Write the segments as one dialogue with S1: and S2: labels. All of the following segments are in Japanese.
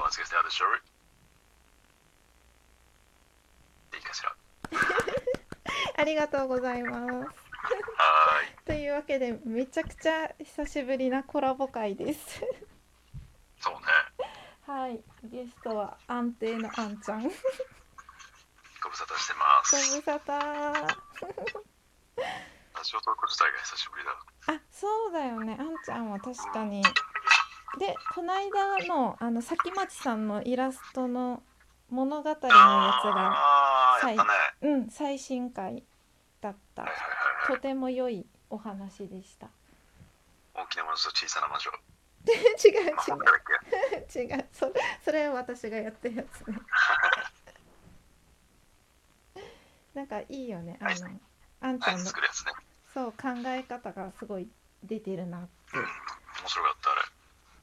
S1: shirt? でいいかしら。
S2: ありがとうござい
S1: は
S2: ます。
S1: ーい。
S2: というわけでめちゃくちゃ久しぶりなコラボ会です。
S1: そうね。
S2: はい、ゲストは安定のあんちゃん。 ご
S1: ご無沙汰してます。
S2: 無沙汰。
S1: ラジオトーク自体が久しぶりだ。
S2: あ、そうだよね。あんちゃんは確かに。で、こないだのあのさきまちさんのイラストの物語のやつが、
S1: ああー、やったね。
S2: うん、最新回だった
S1: はいはい。はい
S2: とても良いお話でした。
S1: はい。大きな魔女と小さな魔女。
S2: 違う違
S1: まあ、なん
S2: う。
S1: だっけ。
S2: 違うそれそれは私がやってるやつ ねなんかいいよねあの、
S1: はい
S2: あんち
S1: は
S2: ゃ
S1: い、
S2: んの
S1: 作るやつね。
S2: そう考え方がすごい出てるな
S1: うん。面白かった、あれ。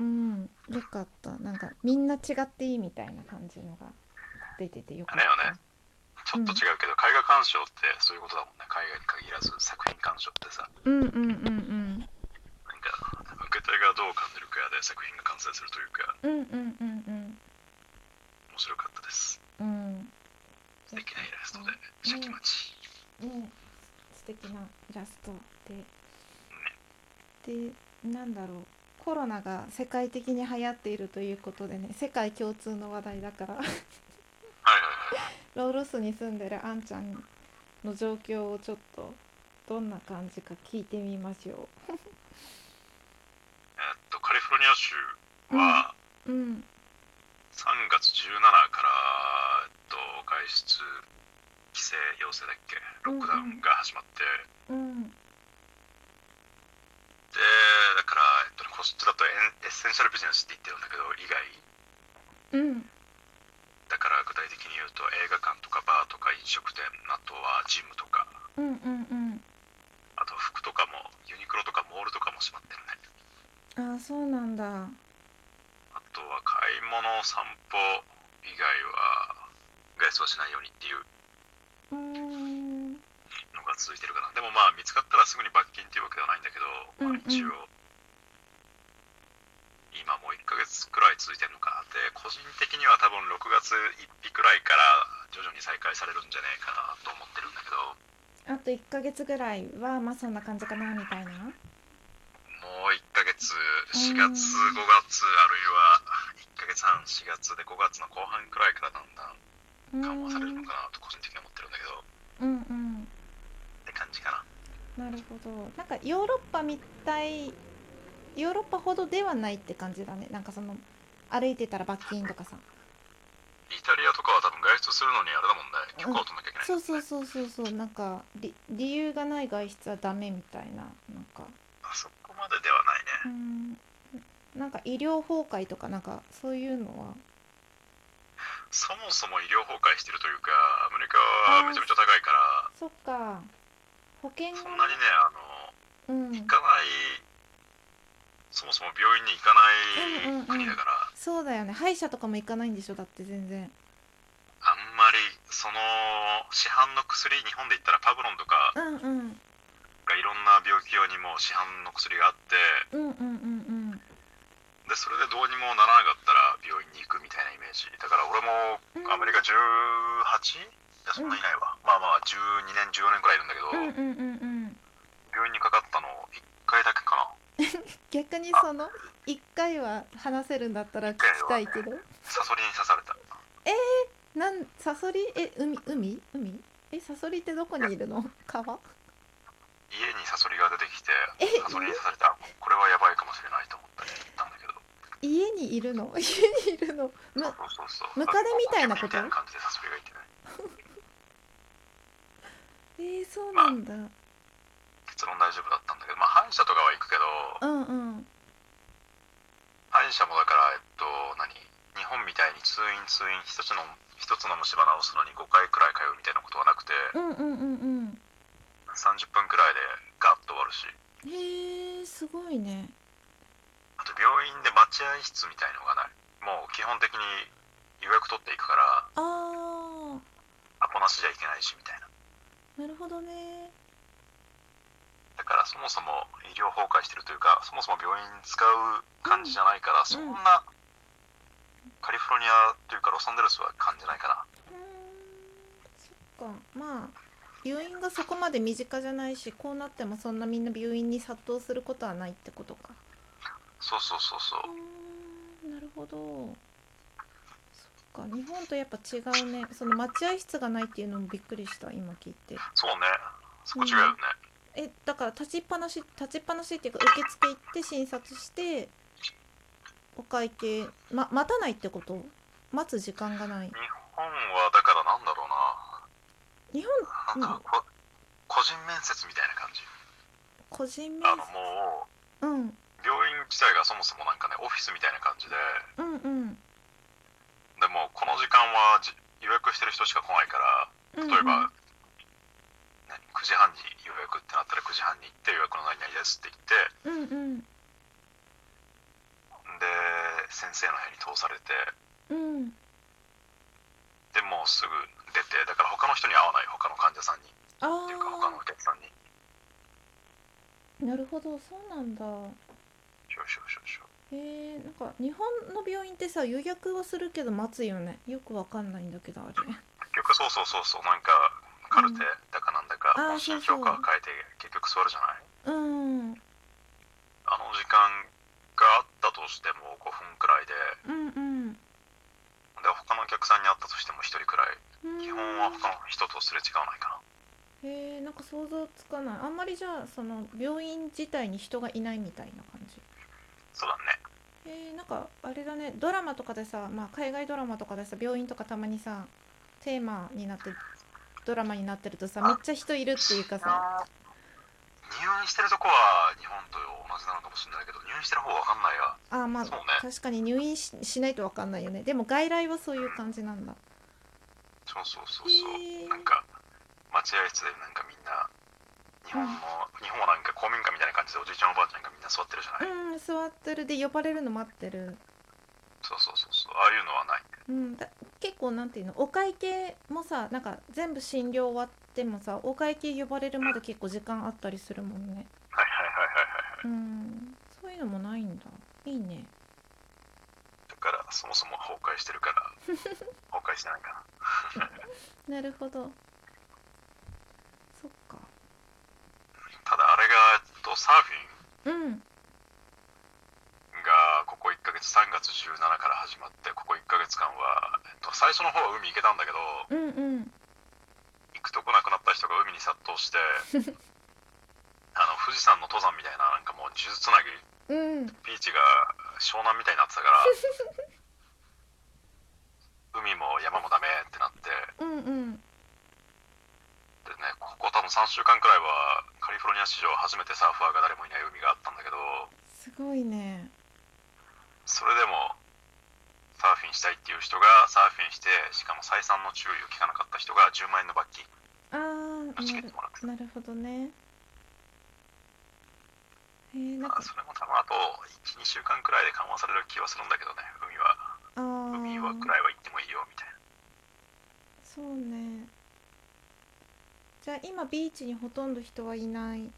S2: うんよかったなんかみんな違っていいみたいな感じのが出ててよかっ
S1: あれよ
S2: た
S1: ねちょっと違うけど、絵画鑑賞ってそういうことだもんね。海外に限らず作品鑑賞ってさ、
S2: うんうんうん
S1: なんか受け手がどう感じるかやで作品が完成するというか、
S2: うんうんうんうん
S1: 面白かったです。
S2: うんうん
S1: 素敵なイラストで、シャキマチ。
S2: ね素敵なイラストででなんだろうコロナが世界的に流行っているということでね世界共通の話題だから
S1: はいはいはい。
S2: ローロスに住んでるあんちゃんの状況をちょっとどんな感じか聞いてみましょ
S1: えーっと、カリフォルニア州は
S2: う。うん
S1: 3月17から、えっと、外出規制要請だっけ、ロックダウンが始まって、
S2: うん
S1: で、だから、えっとね、こっちだとエンエッセンシャルビジネスって言ってるんだけど、以外、
S2: うん
S1: だから具体的に言うと映画館とかバーとか飲食店あとはジムとか
S2: うんうん
S1: あと服とかもユニクロとかモールとかも閉まってるね
S2: うんああそうなんだ
S1: あとは買い物散歩以外は外出はしないようにっていう
S2: うーん
S1: のが続いてるかなでもまあ見つかったらすぐに罰金っていうわけではないんだけど、
S2: うんうん
S1: まあ、一応今もう1ヶ月くらい続いてるのかなで個人的には多分6月1日くらいから徐々に再開されるんじゃねえかなと思ってるんだけど
S2: あと1ヶ月ぐらいはまあそんな感じかなみたいな
S1: もう1ヶ月、4月、5月、あるい
S2: うん
S1: は1ヶ月半、4月で5月の後半くらいからだんだん
S2: うー
S1: 緩和
S2: ん
S1: されるのかなと個人的には思ってるんだけど、
S2: うんうん
S1: って感じかな。
S2: なるほどなんかヨーロッパみたいヨーロッパほどではないって感じだねなんかその歩いてたら罰金とかさ
S1: イタリアとかは多分外出するのにあれだもんね、許可を取んなきゃいけない。
S2: そうそうそうそうそうなんか理理由がない外出はダメみたいななんか
S1: あそこまでではな
S2: う
S1: いね。
S2: んなんか医療崩壊とかなんかそういうのは
S1: そもそも医療崩壊してるというか、アメリカはめちゃめちゃ高いから、
S2: そっか保険が
S1: そんなにね、あの、
S2: うん
S1: 行かない、そもそも病院に行かない国だから、
S2: そうだよね歯医者とかも行かないんでしょだって全
S1: あ
S2: 然
S1: んまりその市販の薬日本で言ったらパブロンとか
S2: うんうん
S1: がいろんな病気用にもう市販の薬があって
S2: うんうんうん
S1: でそれでどうにもならなかったら病院に行くみたいなイメージだから俺も
S2: うん
S1: アメリカ 18? いやそんないないわ、まあまあ12年14年くらいいるんだけど、
S2: うんうんうんうんうん
S1: 病院にかかったの1回だけかな
S2: 逆にその一回は話せるんだったら聞きたいけど
S1: サソリに刺された
S2: なんサソリえ海海海えサソリってどこにいるの川
S1: 家にサソリが出てきて
S2: え
S1: サソリに刺されたこれはやばいかもしれないと思って行ったんだけど
S2: 家にいるの 家にいるのむ
S1: そうそうそう
S2: ムカデみたいなこと
S1: みたいな感じでサソリがいてね
S2: えー、そうなんだ
S1: 結論大丈夫だったんだけど、まあ、歯医者とかは行くけど、
S2: うんうん
S1: 歯医者もだから、えっと、何日本みたいに通院通院一つの一つの虫歯治すのに5回くらい通うみたいなことはなくて、
S2: うんうんうんうん
S1: 30分くらいでガッと終わるし、
S2: へえー、すごいね
S1: あと病院で待合室みたいのがない。もう基本的に予約取っていくから、
S2: あ
S1: アポなしじゃいけないしみたいな。
S2: ーなるほどね
S1: だからそもそも医療崩壊してるというか、そもそも病院使う感じじゃないから、そんなカリフォルニアというかロサンゼルスは感じないかな
S2: うーんそっかまあビューイングがそこまで身近じゃないしこうなってもそんなみんなビューインに殺到することはないってことか
S1: そうそうそうそう
S2: うーんなるほどそっか日本とやっぱ違うねその待合室がないっていうのもびっくりした今聞いて
S1: そうねそこ違うよね、
S2: えだから立ちっぱなし立ちっぱなしっていうか受付行って診察してお会計、ま、待たないってこと待つ時間がない
S1: 日本はだからなんだろう
S2: 日
S1: ななんか
S2: 本
S1: こ、個人面接みたいな感じ
S2: 個人面
S1: あのもう
S2: うんうん
S1: 病院自体がそもそもなんかねオフィスみたいな感じで
S2: うん
S1: でもこの時間はじ予約してる人しか来ないから
S2: うんうん
S1: 例えば、何9時半に予約ってなったら9時半に行って予約の何々ですって言って
S2: うんうん
S1: で先生の部屋に通されて
S2: うん
S1: でもうすぐ出てだから他の人に会わない他の患者さんにっ
S2: あ
S1: ていうか他のお客さんに
S2: あなるほどそうなんだ
S1: 少々少々
S2: へえなんか日本の病院ってさ予約をするけど待つよねよくわかんないんだけどあれ
S1: 結局そうそうそうそうなんかカルテだかなんだか
S2: あー
S1: 問診評価を変えて結局座るじゃない
S2: うんうん
S1: あの時間があったとしても5分くらいで
S2: うん
S1: で他のお客さんに会ったとしても1人くらい
S2: うん
S1: 基本は他の人とすれ違わないかな
S2: へえなんか想像つかないあんまりじゃあその病院自体に人がいないみたいな感じ
S1: そうだね
S2: へえなんかあれだねドラマとかでさ、まあ、海外ドラマとかでさ病院とかたまにさテーマになってドラマになってるとさめっちゃ人いるっていうかさ
S1: 入院してるとこは日本と同じなのかもしれないけど入院してる方は分かんないや
S2: あーまあ
S1: そうね
S2: 確かに入院ししないとわかんないよねでも外来はそういう感じなんだ
S1: そうそうそうそう、
S2: へー
S1: なんか待合室でなんかみんな日本の、日本はなんか公民館みたいな感じでおじいちゃんおばあちゃんがみんな座ってるじゃない、
S2: うん座ってるで呼ばれるの待ってる
S1: そうそうそうそうああいうのはない
S2: うん、だ結構なんていうのお会計もさなんか全部診療終わってもさお会計呼ばれるまで結構時間あったりするもんね
S1: はいはいはいはいはいはい
S2: うんそういうのもないんだいいね
S1: だからそもそも崩壊してる から崩壊してないかな
S2: なるほどそっか
S1: ただあれが、えっと、サーフィ
S2: うん
S1: ンがここ1ヶ月3月17から始まってここ1ヶ月間は、えっと、最初の方は海行けたんだけど
S2: うんうん
S1: 行くとこなくなった人が海に殺到してあの富士山の登山みたいななんかもう数珠つなぎ
S2: うん
S1: ビーチが湘南みたいになってたから 海も山もダメってなって
S2: うんうん
S1: でねここ多分3週間くらいはカリフォルニア史上初めてサーファーが誰もいない海があったんだけど
S2: すごいね
S1: それでもサーフィンしたいっていう人がサーフィンしてしかも再三の注意を聞かなかった人が10万円の罰金
S2: あー
S1: のチ
S2: な
S1: ケッ
S2: る
S1: トもらって
S2: なるほどねえー、なん
S1: まあ
S2: か
S1: それも多分あと12週間くらいで緩和される気はするんだけどね海は
S2: あ
S1: 海
S2: ー
S1: はくらいは行ってもいいよみたいな
S2: そうねじゃあ今ビーチにほとんど人はいない
S1: ビ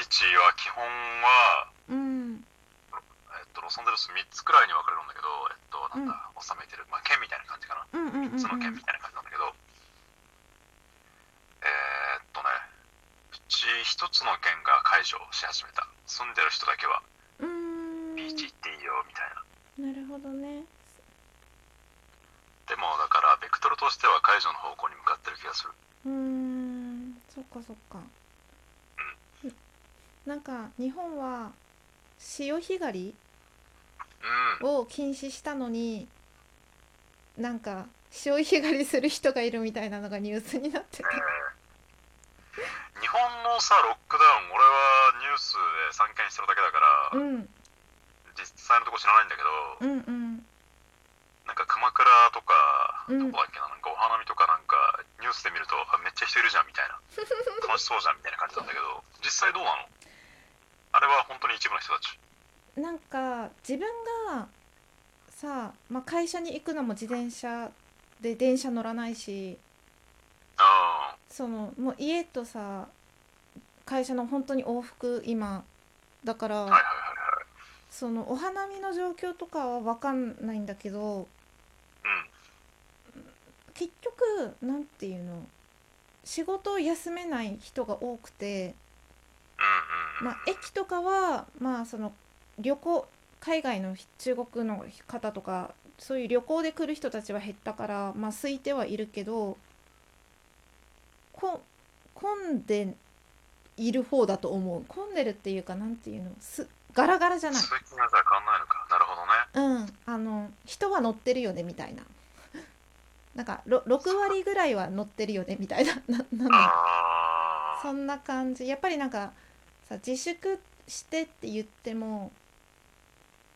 S1: ーチは基本は
S2: うん
S1: えっと、ロサンゼルス3つくらいに分かれるんだけど、えっと、なんだ、収めてる、まあ、県みたいな感じかな、
S2: うんうんうんうん
S1: 3つの県みたいな感じなんだけど、えーっとね、うち1つの県が解除し始めた、住んでる人だけは
S2: うーん
S1: ビーチ行っていいよみたいな、
S2: なるほどね
S1: でもだから、ベクトルとしては解除の方向に向かってる気がする、
S2: うーんそっかそっかなんか日本は潮干狩り
S1: うん、
S2: を禁止したのになんか潮干狩りする人がいるみたいなのがニュースになってて
S1: えー日本のさ、ロックダウン、俺はニュースで参見してるだけだ
S2: う
S1: から、
S2: ん
S1: 実際のとこ知らないんだけど、
S2: うん うん
S1: なんか鎌倉とか、
S2: うん
S1: どこだっけな、なんかお花見とかなんかニュースで見ると、あめっちゃ人いるじゃんみたいな、楽しそうじゃんみたいな感じなんだけど、実際どうなのあれは本当に一部の人たち。
S2: なんか自分がさ、まあ、会社に行くのも自転車で電車乗らないし
S1: ああ、
S2: そのもう家とさ会社の本当に往復今だか
S1: はいはい
S2: ら
S1: はいはい。
S2: そのお花見の状況とかは分かんないんだけど
S1: うん
S2: 結局なんていうの仕事を休めない人が多くて、
S1: うんうんうん
S2: まあ、駅とかはまあその旅行海外の中国の方とかそういう旅行で来る人たちは減ったからまあ空いてはいるけどこ混んでいる方だと思う混んでるっていうかなんていうのすガラガラじゃない
S1: そういう考え方は変わんないのかなるほどね
S2: うん、あの人は乗ってるよねみたいな。なんかろ6割ぐらいは乗ってるよねみたいなななんだ
S1: ああ
S2: そんな感じやっぱりなんかさ自粛してって言っても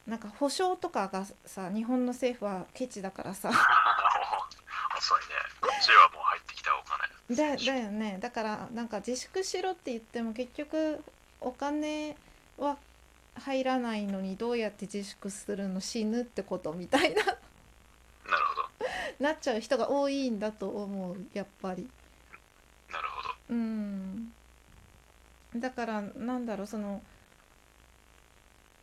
S2: なんか保証とかがさ日本の政府はケチだからさ
S1: 遅いねこっちはもう入ってきたお金
S2: だだよねだからなんか自粛しろって言っても結局お金は入らないのにどうやって自粛するの死ぬってことみたいな
S1: なるほど
S2: なっちゃう人が多いんだと思うやっぱり
S1: なるほど
S2: うんだからなんだろうその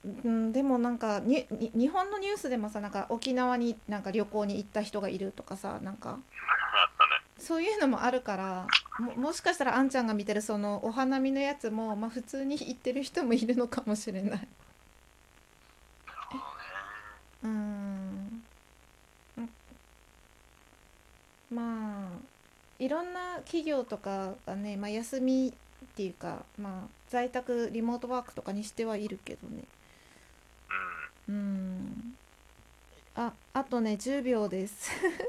S2: うん、でもなんかにに日本のニュースでもさなんか沖縄になんか旅行に行った人がいるとかさなんか
S1: あったね
S2: そういうのもあるからももしかしたらあんちゃんが見てるそのお花見のやつも、まあ、普通に行ってる人もいるのかもしれない。
S1: なるほどね
S2: うんうんまあいろんな企業とかがね、まあ、休みっていうか、まあ、在宅リモートワークとかにしてはいるけどね
S1: うん
S2: うんああとね10秒です
S1: ありがとうござ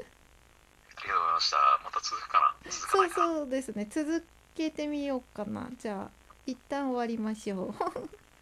S1: いましたまた続くかな続か
S2: そ
S1: な
S2: う
S1: いかな
S2: そうですね続けてみようかなじゃあ一旦終わりましょう